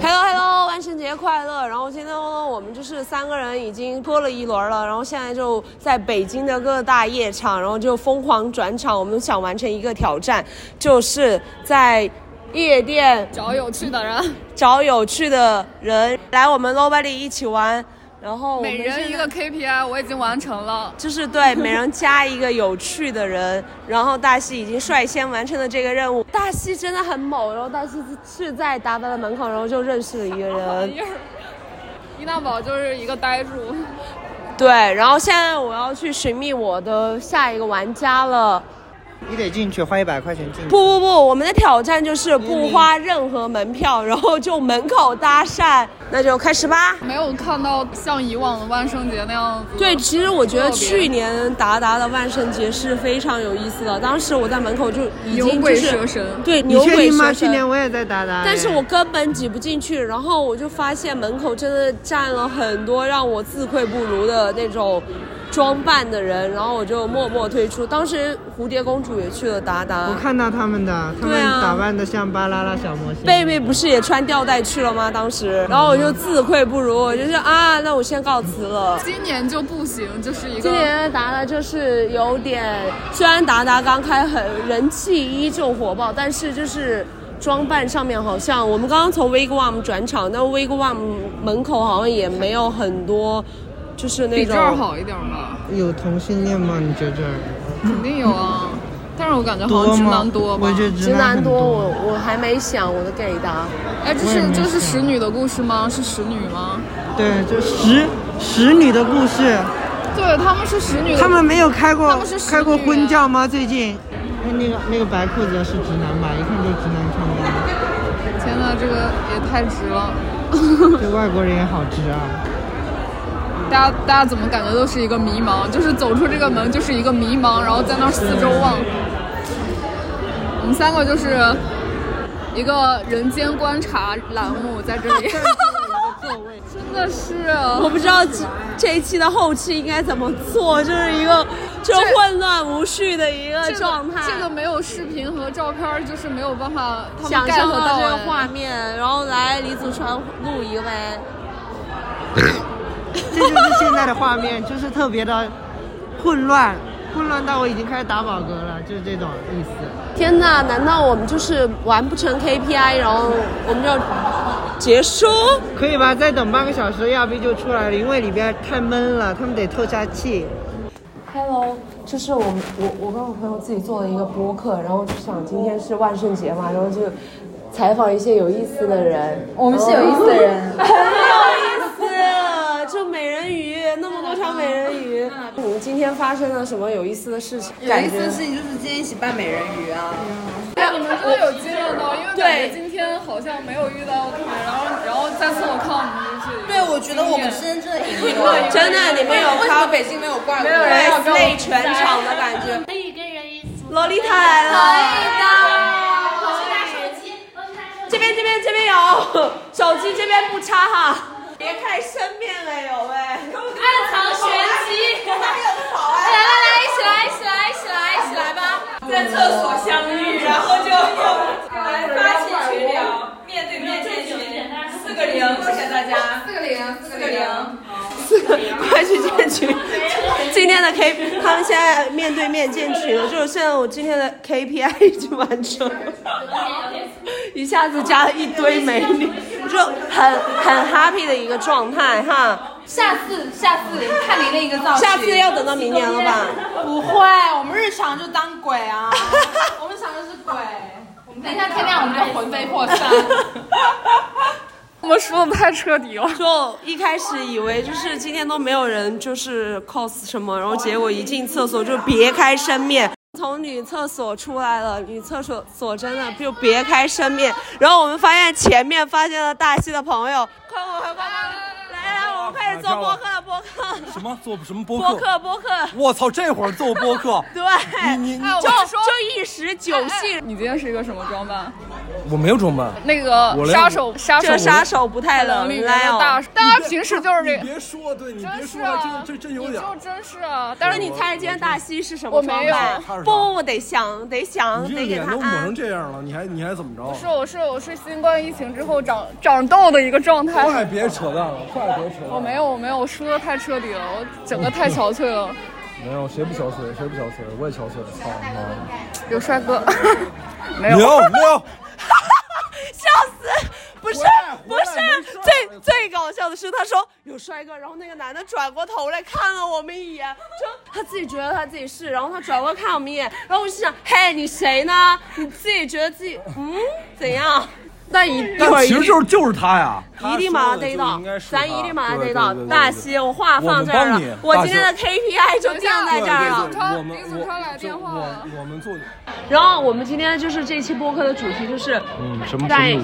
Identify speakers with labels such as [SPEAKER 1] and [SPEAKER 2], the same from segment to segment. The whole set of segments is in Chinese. [SPEAKER 1] Hello Hello，万圣节快乐！然后今天呢，我们就是三个人已经喝了一轮了，然后现在就在北京的各大夜场，然后就疯狂转场。我们想完成一个挑战，就是在夜店
[SPEAKER 2] 找有趣的人，
[SPEAKER 1] 找有趣的人来我们 Nobody 一起玩。然后我们
[SPEAKER 2] 每人一个 KPI，我已经完成了。
[SPEAKER 1] 就是对每人加一个有趣的人，然后大西已经率先完成了这个任务。大西真的很猛，然后大西是在达达的门口，然后就认识了一个人。
[SPEAKER 2] 伊娜宝就是一个呆住。
[SPEAKER 1] 对，然后现在我要去寻觅我的下一个玩家了。
[SPEAKER 3] 你得进去花一百块钱进去。
[SPEAKER 1] 不不不，我们的挑战就是不花任何门票，然后就门口搭讪。那就开始吧。
[SPEAKER 2] 没有看到像以往的万圣节那样子。
[SPEAKER 1] 对，其实我觉得去年达达的万圣节是非常有意思的。当时我在门口就已经
[SPEAKER 2] 牛
[SPEAKER 1] 就
[SPEAKER 2] 鬼
[SPEAKER 1] 是
[SPEAKER 2] 蛇神
[SPEAKER 1] 对
[SPEAKER 3] 你
[SPEAKER 1] 牛
[SPEAKER 3] 确
[SPEAKER 1] 鬼
[SPEAKER 3] 定吗？
[SPEAKER 1] 蛇
[SPEAKER 3] 去年
[SPEAKER 1] 神。
[SPEAKER 3] 我也在达达哎，
[SPEAKER 1] 但是我根本挤不进去，然后我就发现门口真的站了很多让我自愧不如的那种装扮的人，然后我就默默退出。当时蝴蝶公主也去了达达，
[SPEAKER 3] 我看到他们的，他
[SPEAKER 1] 对
[SPEAKER 3] 们
[SPEAKER 1] 啊
[SPEAKER 3] 打扮的像巴啦啦小魔仙。
[SPEAKER 1] 贝贝不是也穿吊带去了吗？当时，然后我就自愧不如，我就是啊，那我先告辞了。
[SPEAKER 2] 今年就不行，就是一个
[SPEAKER 1] 今年的达达就是有点，虽然达达刚开很人气依旧火爆，但是就是装扮上面好像我们刚刚从 Wigwam 转场，但 Wigwam 门口好像也没有很多，就是那
[SPEAKER 2] 比
[SPEAKER 1] 种
[SPEAKER 2] 这儿好一点吧，
[SPEAKER 3] 有同性恋吗？你觉着
[SPEAKER 2] 肯定有啊。但是我感觉好
[SPEAKER 3] 多
[SPEAKER 2] 像直
[SPEAKER 3] 吗
[SPEAKER 2] 男？多吧
[SPEAKER 3] 我。觉得
[SPEAKER 1] 直
[SPEAKER 3] 男
[SPEAKER 1] 男
[SPEAKER 3] 很
[SPEAKER 1] 多，我我还没想我的 gay 达。
[SPEAKER 2] 哎，这
[SPEAKER 3] 我也
[SPEAKER 2] 是
[SPEAKER 3] 没
[SPEAKER 2] 这是使
[SPEAKER 3] 想
[SPEAKER 2] 女的故事吗？是使女吗？
[SPEAKER 3] 对，就使使女的故事，
[SPEAKER 2] 对，他们是使女的。
[SPEAKER 3] 他们没有
[SPEAKER 2] 他
[SPEAKER 3] 开过
[SPEAKER 2] 们是使女
[SPEAKER 3] 开过婚教吗？最近，哎，那个那个白裤子是直男吧？一看就直男穿 的。
[SPEAKER 2] 天呐，这个也太值了。
[SPEAKER 3] 这外国人也好直啊！
[SPEAKER 2] 大家大家怎么感觉都是一个迷茫，就是走出这个门就是一个迷茫，然后在那儿四周望。我们三个就是一个人间观察栏目在这里， 真的是
[SPEAKER 1] 我不知道这这一期的后期应该怎么做，就是一个就混乱无序的一个
[SPEAKER 2] 这个
[SPEAKER 1] 状态。
[SPEAKER 2] 这个没有视频和照片儿，就是没有办法他们
[SPEAKER 1] 想
[SPEAKER 2] get
[SPEAKER 1] 象到
[SPEAKER 2] 到
[SPEAKER 1] 这个
[SPEAKER 2] 哎
[SPEAKER 1] 画面，然后来李祖川录一个呗。
[SPEAKER 3] 这就是现在的画面，就是特别的混乱，混乱到我已经开始打饱嗝了，就是这种意思。
[SPEAKER 1] 天呐，难道我们就是完不成 KPI，然后我们就结束？
[SPEAKER 3] 可以吧？再等半个小时，亚斌就出来了，因为里边太闷了，他们得透下气。
[SPEAKER 1] Hello，就是我们我我跟我朋友自己做了一个播客，然后就想今天是万圣节嘛，然后就采访一些有意思的人。哦我们是有意思的人，很有意思。就美人鱼，那么多条美人鱼，你们今天发生了什么有意思的事情？有意思的事情，啊
[SPEAKER 2] 哎，你们真的有经历到，因为感觉
[SPEAKER 1] 对
[SPEAKER 2] 今天好像没有遇到特别，然后然后再次我看我们就是
[SPEAKER 4] 对，我觉得我们深圳赢了。
[SPEAKER 1] 真的，你们有
[SPEAKER 4] 为什么北京没有挂过？
[SPEAKER 1] 对，之类全场的感觉。
[SPEAKER 5] 可以跟人一起。
[SPEAKER 1] 洛丽塔来了，
[SPEAKER 5] 我去拿手机，我去拿手机。
[SPEAKER 1] 这边这边这边有，手机这边不插哈。别看身边没有哎，
[SPEAKER 5] 暗藏玄机。来来来，一起来，一起来，一起来，一起来吧。
[SPEAKER 6] 在厕所相遇，然后就
[SPEAKER 1] 呃
[SPEAKER 6] 来发起群聊，面对面建群，四个零，谢谢大家，四个零，四个零。
[SPEAKER 1] 快去建群。今天的 K，他们现在面对面建群了，就是现在我今天的 KPI 已经完成了，一下子加了一堆美女，就很很 happy 的一个状态哈。
[SPEAKER 6] 下次，下次看你那个造
[SPEAKER 1] 下次要等到明年了吧？
[SPEAKER 6] 不会，我们日常就当鬼 啊，我们日常就是鬼。等一下天亮我们就魂飞魄散。
[SPEAKER 2] 我们说的太彻底了。
[SPEAKER 1] 就一开始以为就是今天都没有人就是 cos 什么，然后结果一进厕所就别开生面。从女厕所出来了，女厕所所真的就别开生面。然后我们发现前面发现了大西的朋友，快快快快快，来来，我们快开始做播客了，播客，
[SPEAKER 7] 什么做什么播
[SPEAKER 1] 播
[SPEAKER 7] 客？
[SPEAKER 1] 客，播客，，
[SPEAKER 7] 我操，这会儿做播客
[SPEAKER 1] 对，
[SPEAKER 7] 你你你
[SPEAKER 2] 哎，我
[SPEAKER 1] 就
[SPEAKER 2] 跟你说，
[SPEAKER 1] 就一时酒兴。
[SPEAKER 2] 你今天是一个什么装扮？
[SPEAKER 7] 我没有装扮。
[SPEAKER 2] 那个
[SPEAKER 7] 我连
[SPEAKER 2] 杀手杀手
[SPEAKER 1] 这杀手不太
[SPEAKER 2] 冷里
[SPEAKER 1] 冷
[SPEAKER 2] 面的大
[SPEAKER 1] 来哦。
[SPEAKER 2] 叔，大家平时就是这
[SPEAKER 7] 你别说，对你别
[SPEAKER 2] 真是
[SPEAKER 7] 说，
[SPEAKER 2] 啊，
[SPEAKER 7] 这这真有点儿
[SPEAKER 2] 你。就真是啊，但
[SPEAKER 1] 那
[SPEAKER 2] 是
[SPEAKER 1] 你
[SPEAKER 2] 你
[SPEAKER 1] 猜今天大西是什
[SPEAKER 2] 我
[SPEAKER 1] 么
[SPEAKER 2] 没
[SPEAKER 1] 装
[SPEAKER 2] 有
[SPEAKER 1] 扮
[SPEAKER 7] 他是啥？
[SPEAKER 1] 不，我得想，得想，
[SPEAKER 7] 你这
[SPEAKER 1] 得给
[SPEAKER 7] 脸
[SPEAKER 1] 他
[SPEAKER 7] 都抹
[SPEAKER 1] 安
[SPEAKER 7] 成。这样了，你还你还怎么着？
[SPEAKER 2] 是我是我是新冠疫情之后长长痘的一个状态。
[SPEAKER 7] 快别扯淡了，快别扯淡了。
[SPEAKER 2] 我没有，我没有，我输的太彻底了，我整个太憔悴了。
[SPEAKER 7] 没有，谁不憔悴？谁不憔悴？我也憔悴。操你妈！
[SPEAKER 2] 有帅哥， 没
[SPEAKER 7] 没
[SPEAKER 2] 有。
[SPEAKER 7] 有没有，
[SPEAKER 1] 笑死！不是
[SPEAKER 7] 回来
[SPEAKER 1] 不
[SPEAKER 7] 回来没
[SPEAKER 1] 是
[SPEAKER 7] 事，儿哎
[SPEAKER 1] 最最搞笑的是，他说有帅哥，然后那个男的转过头来看了我们一眼，就他自己觉得他自己是，然后他转过来看我们一眼，然后我就想，嘿，你谁呢？你自己觉得自己嗯怎样？但一一会儿
[SPEAKER 7] 但
[SPEAKER 1] 一
[SPEAKER 7] 其实
[SPEAKER 1] 定
[SPEAKER 7] 就是就是他呀，
[SPEAKER 1] 一定把他逮
[SPEAKER 7] 逮
[SPEAKER 1] 到，咱一定把他逮到。大
[SPEAKER 7] 大西。
[SPEAKER 1] 西，我话放这儿
[SPEAKER 7] 我们帮你
[SPEAKER 1] 了，我今天的
[SPEAKER 7] 大
[SPEAKER 1] KPI 就定在这儿了
[SPEAKER 2] 对对。对
[SPEAKER 7] 我们
[SPEAKER 2] 林子超来
[SPEAKER 7] 我
[SPEAKER 2] 电话了
[SPEAKER 7] 我我们做
[SPEAKER 8] 然后我们今天就是这期播客的主题就是
[SPEAKER 7] 嗯什么
[SPEAKER 8] 在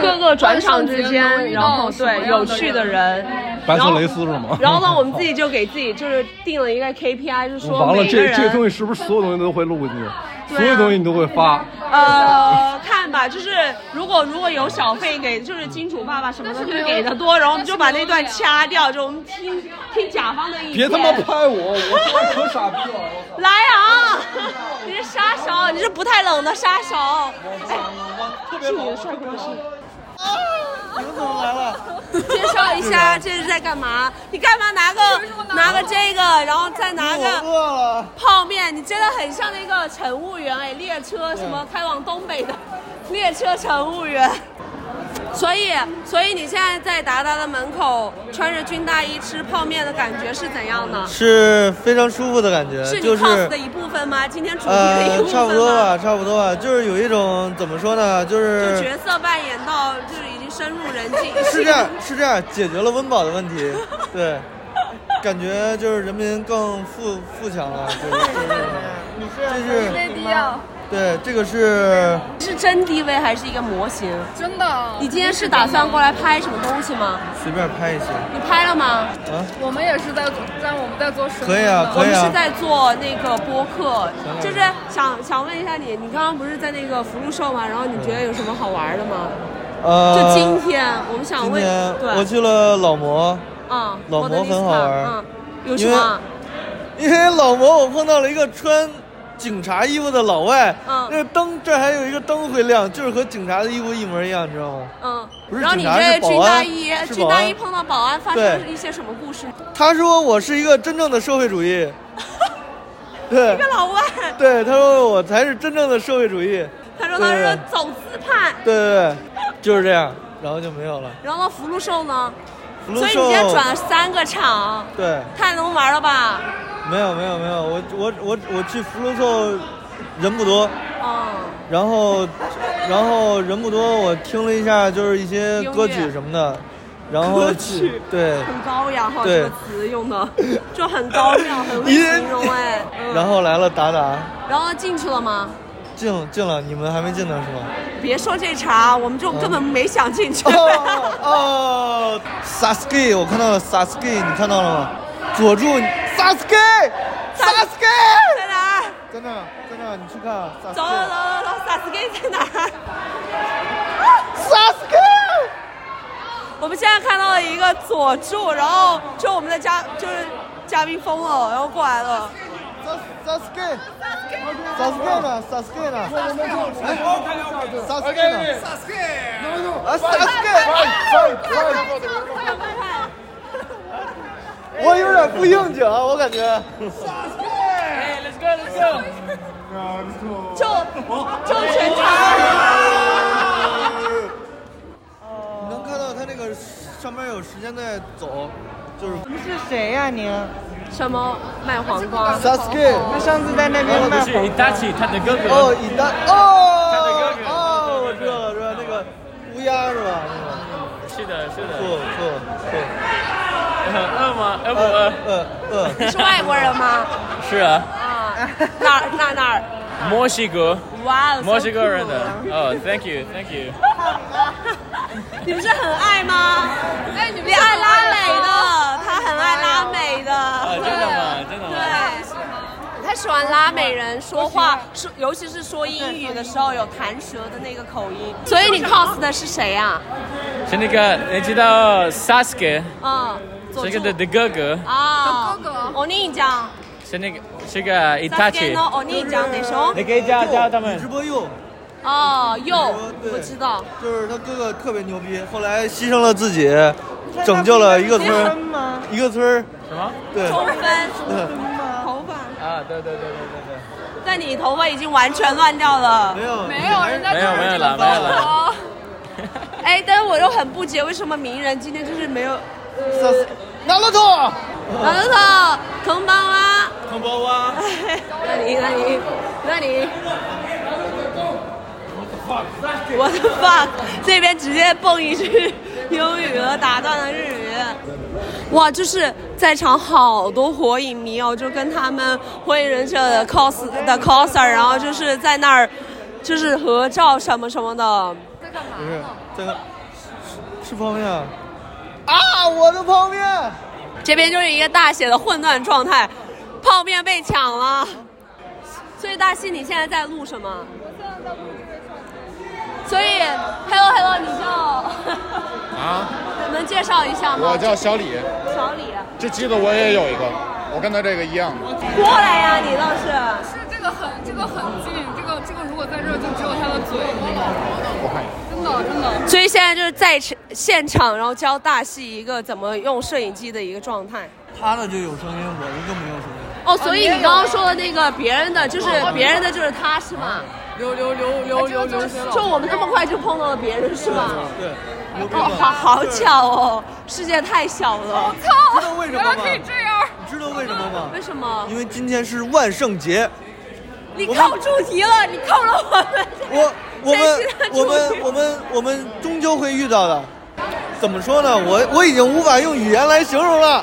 [SPEAKER 8] 各个转场之间，然后对有趣的人，
[SPEAKER 7] 白色蕾丝是吗？
[SPEAKER 8] 然后呢，我们自己就给自己就是定了一个 KPI，就是说
[SPEAKER 7] 完了，
[SPEAKER 8] 每个
[SPEAKER 7] 这这
[SPEAKER 8] 人啊
[SPEAKER 7] 东西是不是所有东西都会录进去？所有东西你都会发？
[SPEAKER 8] 呃看吧，就是如果如果有小费给，就是金主爸爸什么的会给的多，然后我们就把那段掐掉，就我们听听甲方的意见。
[SPEAKER 7] 别他妈拍我，我他妈可傻逼了！我操！
[SPEAKER 1] 来啊！ 你是杀
[SPEAKER 9] 哦
[SPEAKER 1] 手，你是不太冷的杀手。 哎，是你的帅哥是。刘总来了，介绍一下这是在干嘛？你干嘛拿个拿个这个，然后再拿个
[SPEAKER 3] 饿了，
[SPEAKER 1] 泡面？你真的很像那个乘务员哎，列车什
[SPEAKER 9] 嗯
[SPEAKER 1] 么开往东北的 列车乘务员。所以，所以你现在在达达的门口穿着军大衣吃泡面的感觉是怎样呢？
[SPEAKER 9] 是非常舒服的感觉，
[SPEAKER 1] 是你
[SPEAKER 9] 呃就是
[SPEAKER 1] cos 的一部分吗？今天主题的一
[SPEAKER 9] 呃，
[SPEAKER 1] 部分吗？
[SPEAKER 9] 差不多吧，差不多吧，就是有一种怎么说呢，就
[SPEAKER 1] 就是角色扮演到就是已经深入人心。
[SPEAKER 9] 是这样，是这样，解决了温饱的问题，对，感觉就是人民更富富强了， 就是就是这种这是
[SPEAKER 2] 内地啊，
[SPEAKER 9] 对，这个是
[SPEAKER 1] 是真 DV 还是一个模型？
[SPEAKER 2] 真的。啊
[SPEAKER 1] 你今天是打算过来拍什么东西吗？
[SPEAKER 9] 随便拍一些
[SPEAKER 1] 你拍了吗？
[SPEAKER 9] 啊，
[SPEAKER 2] 我们也是在做，但我们在做什么？
[SPEAKER 9] 可以啊
[SPEAKER 1] 我
[SPEAKER 9] 可以
[SPEAKER 1] 们
[SPEAKER 9] 啊
[SPEAKER 1] 是在做那个播客，就是想想问一下你，你刚刚不是在那个福禄寿吗？然后你觉得有什么好玩的吗？
[SPEAKER 9] 呃，
[SPEAKER 1] 就今天，啊我们想
[SPEAKER 9] 今
[SPEAKER 1] 问，
[SPEAKER 9] 天我
[SPEAKER 1] 对，
[SPEAKER 9] 去了老摩，
[SPEAKER 1] 嗯，
[SPEAKER 9] 老
[SPEAKER 1] 摩登
[SPEAKER 9] 摩
[SPEAKER 1] 丽斯
[SPEAKER 9] 很好玩
[SPEAKER 1] 嗯，有什
[SPEAKER 9] 因为
[SPEAKER 1] 么？
[SPEAKER 9] 因为老摩我碰到了一个穿警察衣服的老外，
[SPEAKER 1] 嗯
[SPEAKER 9] 那个灯这儿还有一个灯会亮，就是和警察的衣服一模一样，你知道吗？
[SPEAKER 1] 嗯，
[SPEAKER 9] 不是
[SPEAKER 1] 然后你
[SPEAKER 9] 警察是
[SPEAKER 1] 这
[SPEAKER 9] 保
[SPEAKER 1] 军大
[SPEAKER 9] 安
[SPEAKER 1] 衣，
[SPEAKER 9] 是
[SPEAKER 1] 军
[SPEAKER 9] 保
[SPEAKER 1] 大
[SPEAKER 9] 安
[SPEAKER 1] 衣碰到保安发生
[SPEAKER 9] 对
[SPEAKER 1] 了一些什么故事？
[SPEAKER 9] 他说我是一个真正的社会 主义，对
[SPEAKER 1] 这老外，
[SPEAKER 9] 对，他说我才是真正的社会主义，
[SPEAKER 1] 他说他
[SPEAKER 9] 对
[SPEAKER 1] 是走资派，
[SPEAKER 9] 对对对，就是这样，然后就没有了。
[SPEAKER 1] 然后福禄寿呢？
[SPEAKER 9] 福禄
[SPEAKER 1] 所以你
[SPEAKER 9] 寿
[SPEAKER 1] 今天转了三个场，
[SPEAKER 9] 对，
[SPEAKER 1] 太能玩了吧？
[SPEAKER 9] 没有没有没有，我我我我去福禄寿人不多，
[SPEAKER 1] 嗯，
[SPEAKER 9] 然后，然后人不多，我听了一下，就是一些
[SPEAKER 1] 音乐
[SPEAKER 9] 歌曲什么的，然后
[SPEAKER 1] 歌曲
[SPEAKER 9] 对，
[SPEAKER 1] 很高雅哈，
[SPEAKER 9] 对
[SPEAKER 1] 这个词用的就很高妙，很会
[SPEAKER 9] 你
[SPEAKER 1] 形容哎。嗯
[SPEAKER 9] 然后来了达达，
[SPEAKER 1] 然后进去了吗？
[SPEAKER 9] 进进了，你们还没进呢是 吗？
[SPEAKER 1] 别说这茬，我们就根本没想进去。
[SPEAKER 9] 哦哦，Sasuke，我看到了 Sasuke，你看到了吗？佐助，Sasuke，Sasuke，
[SPEAKER 1] 在哪儿？
[SPEAKER 9] 在那儿，在那儿，你去看啊
[SPEAKER 1] 走走
[SPEAKER 9] ，Sasuke，Sasuke，
[SPEAKER 1] 走走，萨斯给在哪儿？我们现在看到了一个佐助，然后就我们的嘉就是嘉宾疯了，然后过来了。
[SPEAKER 9] Sasuke 呢？Sasuke 呢？s a s u k e 呢啊，Sasuke，我有点不应景啊，我感觉。
[SPEAKER 1] 就就全场，
[SPEAKER 9] 你能看到他那个上面有时间在走，就是
[SPEAKER 3] 你是谁呀、您？
[SPEAKER 1] 什么卖黄瓜？
[SPEAKER 9] Sasuke。
[SPEAKER 3] 他上次在那边卖黄瓜，
[SPEAKER 9] 哦，伊达哦，他的哥哥。哦，我知道了，知道了那个乌鸦是吧？是的，是的。错错错。 饿吗？饿不饿？饿饿。
[SPEAKER 1] 你是外国人吗？
[SPEAKER 10] 是啊，
[SPEAKER 1] 啊，哪儿哪儿哪儿？
[SPEAKER 10] 墨西哥，
[SPEAKER 1] 哇，
[SPEAKER 10] 墨西哥人的。哦、t h a n k you，Thank you。
[SPEAKER 1] 你不是很爱吗？
[SPEAKER 2] 哎，你们 啊
[SPEAKER 1] 你爱拉蕾的，
[SPEAKER 10] 啊
[SPEAKER 1] 喜欢拉美人说话，说尤其是说英语的时候有弹舌的那个口音。所以你 cos 的是谁啊呀、
[SPEAKER 10] 是那个你知道 Sasuke
[SPEAKER 1] 啊？嗯，
[SPEAKER 10] 是个的的哥哥，
[SPEAKER 1] 啊，お兄ちゃん。
[SPEAKER 10] 是那个是个
[SPEAKER 1] サスケ
[SPEAKER 10] Itachi，
[SPEAKER 1] のお兄ちゃんでしょ？
[SPEAKER 10] 你可以加加他们
[SPEAKER 9] 直。播用，
[SPEAKER 1] 哦，又我知道。
[SPEAKER 9] 就是他哥哥特别牛逼，后来牺牲了自己，拯救了一个村儿，
[SPEAKER 3] 吗？
[SPEAKER 9] 一个村儿。
[SPEAKER 10] 什么？
[SPEAKER 9] 对，
[SPEAKER 1] 分
[SPEAKER 10] 嗯
[SPEAKER 9] 对
[SPEAKER 1] 头发，
[SPEAKER 10] 啊，对对对对
[SPEAKER 1] 但你头发已经完全乱掉了
[SPEAKER 9] 没。有
[SPEAKER 2] 没有，人家
[SPEAKER 10] 对对，没有没有了没有了。
[SPEAKER 2] 哦，
[SPEAKER 1] 哎，但是我又很不解，为什么鸣人今天就是没有？
[SPEAKER 9] 拿了头，
[SPEAKER 1] 老头头，空包啊！
[SPEAKER 9] 红包啊！
[SPEAKER 1] 那你那你那你我的 fuck，这边直接蹦一句英语了，打断了日语。哇，就是在场好多火影迷哦，就跟他们火影忍者的 cos 的 coser，然后就是在那儿就是合照什么什么的。
[SPEAKER 9] 不是，这个吃吃泡面啊！啊，我的泡面！
[SPEAKER 1] 这边就是一个大写的混乱状态，泡面被抢了。所以大西，你现在在录什么？所以，Hello Hello，你叫
[SPEAKER 11] 啊，
[SPEAKER 1] 能介绍一下吗？
[SPEAKER 11] 我叫小李，
[SPEAKER 1] 小李，
[SPEAKER 11] 这机子我也有一个，我跟他这个一样的。
[SPEAKER 1] 过来呀、你倒是。
[SPEAKER 2] 是这个很这个很近，这个这个如果在这儿就只有他的嘴，
[SPEAKER 11] 我看一下，
[SPEAKER 2] 真的啊真的。
[SPEAKER 1] 所以现在就是在场现场，然后教大西一个怎么用摄影机的一个状态。
[SPEAKER 9] 他的就有声音，我的就没有声音。
[SPEAKER 1] 哦，所以你刚刚说的那个别人的，就是
[SPEAKER 9] 哦
[SPEAKER 1] 别人的就是他是吗？哎
[SPEAKER 2] 流流流流流流血
[SPEAKER 1] 就
[SPEAKER 2] 了。
[SPEAKER 1] 我们这么快就碰到了别人是吗？
[SPEAKER 9] 对，牛逼
[SPEAKER 1] 哦，好
[SPEAKER 9] 吧？
[SPEAKER 1] 好巧哦，世界太小了。
[SPEAKER 9] 知道为什么吗？
[SPEAKER 2] 这样，
[SPEAKER 9] 你知道为什么吗？
[SPEAKER 1] 为什么？
[SPEAKER 9] 因为今天是万圣节，
[SPEAKER 1] 你扣主题了，你扣了我们。
[SPEAKER 9] 我我们
[SPEAKER 1] 真是的
[SPEAKER 9] 我们我们我们终究会遇到的。怎么说呢？我我已经无法用语言来形容了。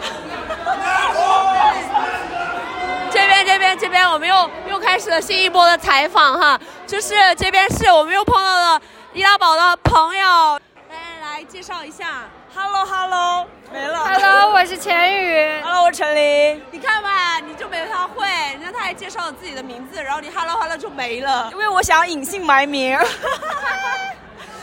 [SPEAKER 1] 这边这边这边，我们又又开始了新一波的采访哈，就是这边是我们又碰到了易拉宝的朋友，来来来，介绍一下。Hello Hello，没了。
[SPEAKER 5] Hello，我是钱宇。
[SPEAKER 1] Hello，我陈琳。你看吧，你就没他会，人家他还介绍了自己的名字，然后你 Hello Hello 就没了。
[SPEAKER 6] 因为我想隐姓埋名。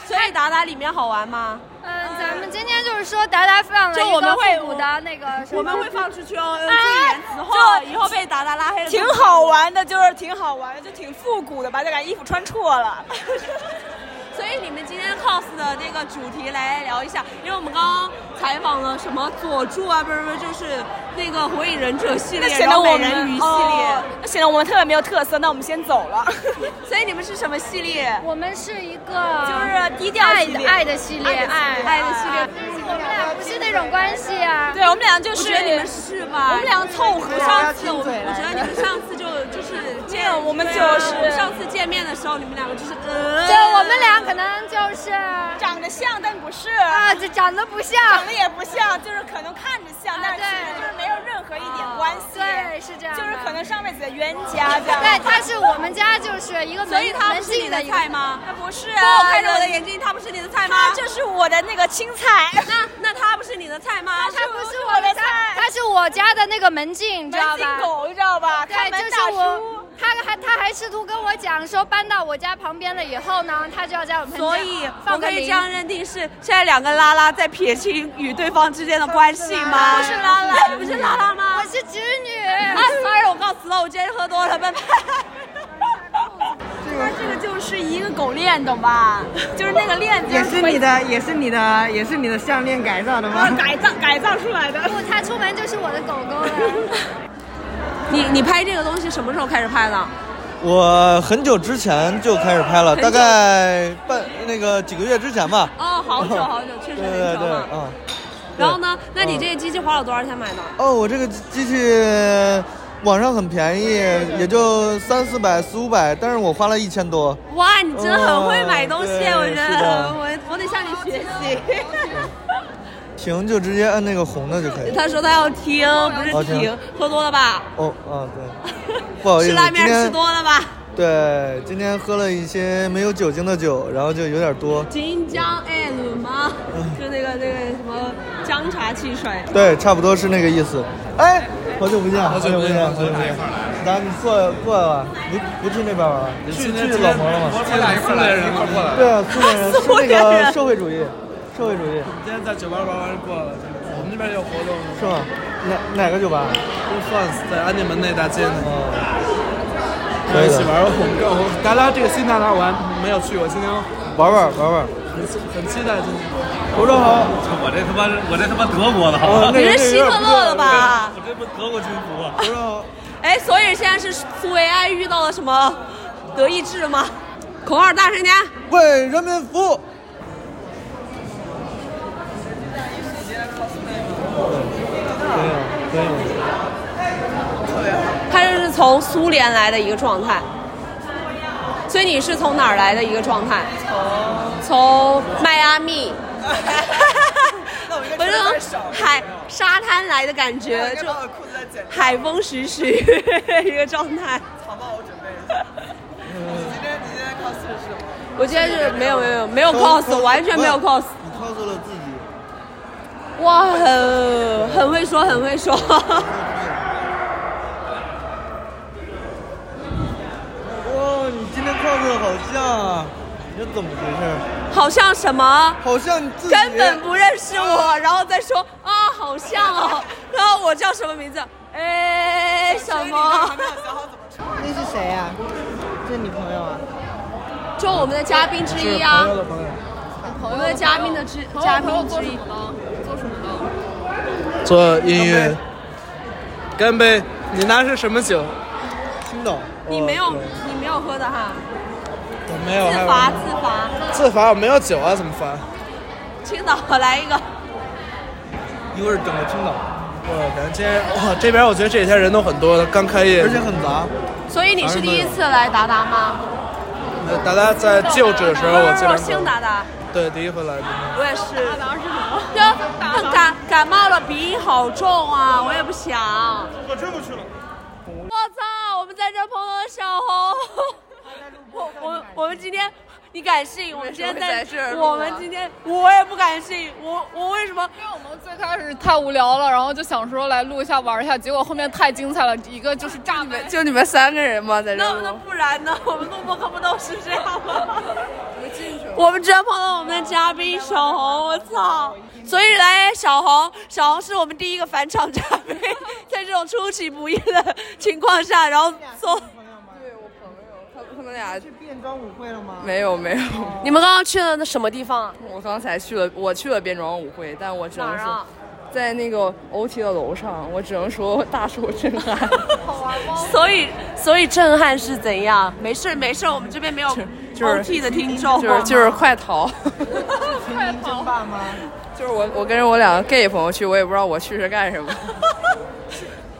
[SPEAKER 1] 所以打打里面好玩吗？
[SPEAKER 5] 嗯，咱们今天就是说达达放了
[SPEAKER 1] 就我们会
[SPEAKER 5] 舞的那个什么，
[SPEAKER 1] 我们会放出去哦，注意言辞后，以后被达达拉黑了。
[SPEAKER 6] 啊挺好玩的，就是挺好玩的，就挺复古的吧，就感觉衣服穿错了。
[SPEAKER 1] 所以你们今天 cos 的那个主题来聊一下，因为我们刚刚采访了什么佐助啊，不是不是，就是那个火影忍者系
[SPEAKER 6] 那
[SPEAKER 1] 列，
[SPEAKER 6] 显
[SPEAKER 1] 然
[SPEAKER 6] 得
[SPEAKER 1] 后美
[SPEAKER 6] 我
[SPEAKER 1] 人鱼
[SPEAKER 6] 们
[SPEAKER 1] 系列
[SPEAKER 6] 哦，那显得我们特别没有特色。那我们先走 了，
[SPEAKER 1] 所以你们是什么系列？
[SPEAKER 5] 我们是一个
[SPEAKER 1] 就是低调
[SPEAKER 5] 爱
[SPEAKER 1] 系列
[SPEAKER 5] 爱的系列，爱
[SPEAKER 1] 爱的系列。
[SPEAKER 5] 我们俩啊不是那种关系啊。
[SPEAKER 1] 对，我们俩就是，我觉得你们是吧？我们俩凑合。上次我们，我觉得你们上次就就是见
[SPEAKER 6] 对我们
[SPEAKER 1] 对啊
[SPEAKER 6] 就是
[SPEAKER 1] 我们上次见面的时候，你们两个就是呃，
[SPEAKER 5] 就我们俩可能就是啊，
[SPEAKER 6] 长得像但不是，
[SPEAKER 5] 这长得不
[SPEAKER 6] 长
[SPEAKER 5] 像
[SPEAKER 6] 得，也不像，就是可能看着像，但
[SPEAKER 5] 啊
[SPEAKER 6] 是其实
[SPEAKER 5] 对
[SPEAKER 6] 就是没有任何一点关系。
[SPEAKER 5] 对，是这样的，
[SPEAKER 6] 就是可能上辈子的冤家这样。
[SPEAKER 5] 对，他是我们家就是一个
[SPEAKER 1] 所
[SPEAKER 5] 门
[SPEAKER 1] 以他
[SPEAKER 5] 门
[SPEAKER 1] 不是你
[SPEAKER 5] 禁
[SPEAKER 1] 的
[SPEAKER 5] 一个
[SPEAKER 1] 菜吗？
[SPEAKER 6] 他不是
[SPEAKER 1] 不，
[SPEAKER 6] 啊，
[SPEAKER 1] 看着我的眼睛，他不是你的菜吗？
[SPEAKER 6] 他就是我的那个青菜。
[SPEAKER 1] 那那他不是你的菜吗？
[SPEAKER 5] 他不是我
[SPEAKER 6] 我
[SPEAKER 5] 的
[SPEAKER 6] 的
[SPEAKER 5] 菜
[SPEAKER 6] 菜，
[SPEAKER 5] 他是我家的那个门禁，你知道
[SPEAKER 6] 门禁
[SPEAKER 5] 吧？
[SPEAKER 6] 狗，你知道吧？看
[SPEAKER 5] 对，
[SPEAKER 6] 门
[SPEAKER 5] 就是
[SPEAKER 6] 大
[SPEAKER 5] 我
[SPEAKER 6] 叔。，
[SPEAKER 5] 他还他还试图跟我讲说，搬到我家旁边了以后呢，他就要在我们家
[SPEAKER 1] 所以我
[SPEAKER 5] 放个
[SPEAKER 1] 可以
[SPEAKER 5] 铃
[SPEAKER 1] 这样认定是现在两个拉拉在撇清与对方之间的关系吗？
[SPEAKER 5] 不是拉拉
[SPEAKER 1] 哎不是拉拉吗
[SPEAKER 5] 我？是侄女，
[SPEAKER 1] 啊，sorry，我告辞了，我今天喝多了，拜拜。
[SPEAKER 6] 他这个就是一个狗链，懂吧？就是那个链子
[SPEAKER 3] 也是你的，也是你的，也是你的项链改造的 吗？
[SPEAKER 6] 改造改造出来的。
[SPEAKER 5] 不，他出门就是我的狗狗
[SPEAKER 1] 啊
[SPEAKER 5] 了。
[SPEAKER 1] 你你拍这个东西什么时候开始拍的？
[SPEAKER 9] 我很久之前就开始拍了，
[SPEAKER 1] 很久
[SPEAKER 9] 大概半那个几个月之前吧。
[SPEAKER 1] 哦，好久好久，确
[SPEAKER 9] 对
[SPEAKER 1] 实
[SPEAKER 9] 对
[SPEAKER 1] 很久
[SPEAKER 9] 对，
[SPEAKER 1] 了。
[SPEAKER 9] 嗯。对嗯
[SPEAKER 1] 然后？呢？那你这个机器花了多少钱买的？
[SPEAKER 9] 哦，我这个机器网上很便宜，也就三四百、四五百，但是我花了一千多。
[SPEAKER 1] 哇，你真的很会买东西，
[SPEAKER 9] 哦
[SPEAKER 1] 我觉
[SPEAKER 9] 对是
[SPEAKER 1] 得
[SPEAKER 9] 的
[SPEAKER 1] 我我得向你学习。
[SPEAKER 9] 停就直接摁那个红的就可 以。
[SPEAKER 1] 他说他要听，不是
[SPEAKER 9] 哦
[SPEAKER 1] 停
[SPEAKER 9] 停，
[SPEAKER 1] 喝多了吧？
[SPEAKER 9] 哦，啊，对，不好意思，
[SPEAKER 1] 吃拉面
[SPEAKER 9] 今天
[SPEAKER 1] 吃多了吧？
[SPEAKER 9] 对，今天喝了一些没有酒精的酒，然后就有点多。
[SPEAKER 1] 金江艾伦吗？就那个那个什么姜茶汽水。
[SPEAKER 9] 对，差不多是那个意思。哎，好久不见，
[SPEAKER 11] 好
[SPEAKER 9] 好
[SPEAKER 11] 久
[SPEAKER 9] 久
[SPEAKER 11] 不
[SPEAKER 9] 不
[SPEAKER 11] 见
[SPEAKER 9] 见，啊好久不见。咱你过来过来吧，不啊不去那边玩了，去去老黄了吗？
[SPEAKER 11] 我俩一块儿来人快过来
[SPEAKER 9] 对啊，苏联 人是那个社会主义，社会主义
[SPEAKER 12] 今天在酒吧玩完就过来了，我们这边有活动，
[SPEAKER 9] 是吗？哪哪个酒吧？
[SPEAKER 12] France 在安定门那大街呢。
[SPEAKER 9] 可以
[SPEAKER 12] 一
[SPEAKER 9] 哦的
[SPEAKER 12] 起玩玩我们我达拉这个新达拉我还没有去过，今天
[SPEAKER 9] 玩玩玩玩。
[SPEAKER 12] 很很期待今天。
[SPEAKER 9] 口罩好。
[SPEAKER 13] 我这他妈是我这他妈德国的，好
[SPEAKER 9] 哦
[SPEAKER 13] 吧？
[SPEAKER 1] 你是希特勒的吧？
[SPEAKER 13] 我这不德国军服啊！
[SPEAKER 1] 哎，所以现在是苏维埃遇到了什么德意志吗？口号大声点，
[SPEAKER 9] 为人民服务。可以吗？
[SPEAKER 1] 他就是从苏联来的一个状态。所以你是从哪儿来的一个状态？从迈阿密，我是从海沙滩来的感觉，就海风徐徐 一个状态。
[SPEAKER 6] 好吧，我准备一下。你今天你今天 cos 是什么？
[SPEAKER 1] 我今天是没有没有没有 cos，完全没有 cos。
[SPEAKER 9] 你 cos 了自己。
[SPEAKER 1] 哇，很很会说，很会说。
[SPEAKER 9] 哇，你今天 cos 的好像啊，你这怎么回事？
[SPEAKER 1] 好像什么？
[SPEAKER 9] 好像你自 己
[SPEAKER 1] 根本不认识我，然后再说啊，好像 哦，然后我叫什么名字？哎，什 么？
[SPEAKER 3] 那是谁呀、啊？这是你朋友啊？
[SPEAKER 1] 就我们的嘉宾之一啊，我
[SPEAKER 2] 朋
[SPEAKER 1] 们的嘉宾的之
[SPEAKER 2] 朋友
[SPEAKER 1] 嘉
[SPEAKER 2] 朋友
[SPEAKER 1] 宾
[SPEAKER 2] 哦做
[SPEAKER 1] 之
[SPEAKER 2] 什
[SPEAKER 1] 一
[SPEAKER 2] 么。呢？做什么呢？
[SPEAKER 12] 做音乐，干杯！你拿是什么酒？
[SPEAKER 9] 听懂？
[SPEAKER 1] 你没有，你没有喝的哈？
[SPEAKER 12] 我没有，
[SPEAKER 1] 自
[SPEAKER 12] 哦还有
[SPEAKER 1] 罚自罚，
[SPEAKER 12] 自罚我没有酒啊，怎么罚？
[SPEAKER 1] 青岛来一个，
[SPEAKER 12] 一会儿等我青岛。哇，哦感觉今天哇，这边我觉得这几天人都很多，刚开业，而且
[SPEAKER 9] 很杂。
[SPEAKER 1] 所以你是第一次来达达吗？
[SPEAKER 12] 呃大家在就职的时候，我经
[SPEAKER 1] 我
[SPEAKER 12] 常
[SPEAKER 1] 是姓达达，
[SPEAKER 12] 对第一回来。
[SPEAKER 1] 我也是。达达是什么？就感感冒了，鼻音好重啊，我也不想。
[SPEAKER 12] 我真不去了。
[SPEAKER 1] 我操！我们在这碰到了小红。我我我们今天，你敢信？我们今天
[SPEAKER 2] 为什么会在这儿录啊
[SPEAKER 1] 我们今天我也不敢信。我我为什么？
[SPEAKER 2] 因为我们最开始太无聊了，然后就想说来录一下玩一下，结果后面太精彩了，一个就是炸门，
[SPEAKER 14] 就你们三个人吗？在这
[SPEAKER 1] 那
[SPEAKER 14] 录
[SPEAKER 1] 那不然呢？ 我们录播客不都是这样吗？我
[SPEAKER 14] 我
[SPEAKER 1] 们居然碰到我们的嘉宾小红，我操！所以来小红，小红是我们第一个返场嘉 宾，在这种出其不意的情况下，然后做。
[SPEAKER 14] 他他们俩
[SPEAKER 3] 去变装舞会了吗？
[SPEAKER 14] 没有没有。
[SPEAKER 1] 你们刚刚去了那什么地方啊？
[SPEAKER 14] 我刚才去了， 我去了变装舞会，但我只能
[SPEAKER 1] 哪儿
[SPEAKER 14] 说
[SPEAKER 1] 啊，
[SPEAKER 14] 在那个 OT 的楼上，我只能说大受震撼。
[SPEAKER 1] 所以，所以震撼是怎样？没事没事，我们这边没有 OT 的听众，
[SPEAKER 14] 就是就是快逃！
[SPEAKER 1] 快跑吧吗？
[SPEAKER 14] 就是我我跟着我两个 gay 朋友去，我也不知道我去是干 什么。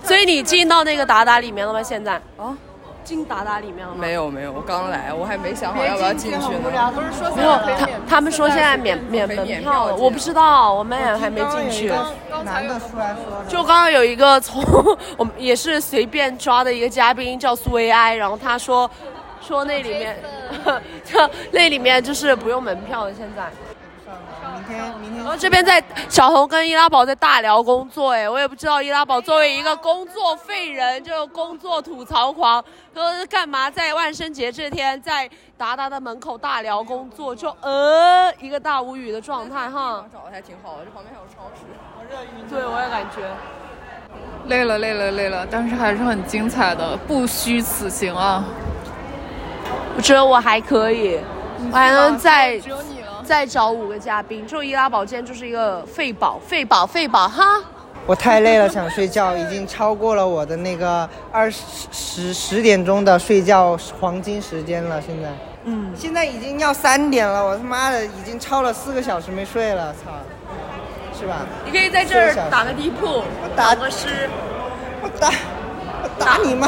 [SPEAKER 1] 所以你进到那个达达里面了吗？现在啊，进达达里面了吗？
[SPEAKER 14] 没有没有，我刚来，我还没想好要不要进去呢。
[SPEAKER 3] 不是说
[SPEAKER 1] 没有，他他们说现在免免门票了，我不知道，我们也还没进去。
[SPEAKER 3] 男的出来说的，
[SPEAKER 1] 就刚刚有一个从 我们也是随便抓的一个嘉宾叫苏维埃，然后他说说那里面， 那里面就是不用门票的现在。
[SPEAKER 3] 明天明天。
[SPEAKER 1] 然后这边在小红跟易拉宝在大聊工作，哎，我也不知道易拉宝作为一个工作废人，就是工作吐槽狂，说是干嘛在万圣节这天在达达的门口大聊工作，就呃一个大无语的状态哈。
[SPEAKER 14] 找的还挺好的，这旁边还有超市。
[SPEAKER 1] 对，我也感觉。
[SPEAKER 2] 累了累了累了，但是还是很精彩的，不虚此行啊！
[SPEAKER 1] 我觉得我还可以，我还
[SPEAKER 14] 嗯
[SPEAKER 1] 能再
[SPEAKER 2] 啊只有你了。
[SPEAKER 1] 再找五个嘉宾，就易拉宝今天就是一个废宝，废宝，废宝哈。
[SPEAKER 3] 我太累了，想 睡觉，已经超过了我的那个二十十十点钟的睡觉黄金时间了。现在，嗯，现在已经要三点了，我他妈的已经超了四个小时没睡了，操，是吧？
[SPEAKER 1] 你可以在这
[SPEAKER 3] 这儿
[SPEAKER 1] 儿
[SPEAKER 3] 打
[SPEAKER 1] 打
[SPEAKER 3] 个
[SPEAKER 1] 个地铺，
[SPEAKER 3] 打
[SPEAKER 1] 个诗，
[SPEAKER 3] 打你妈！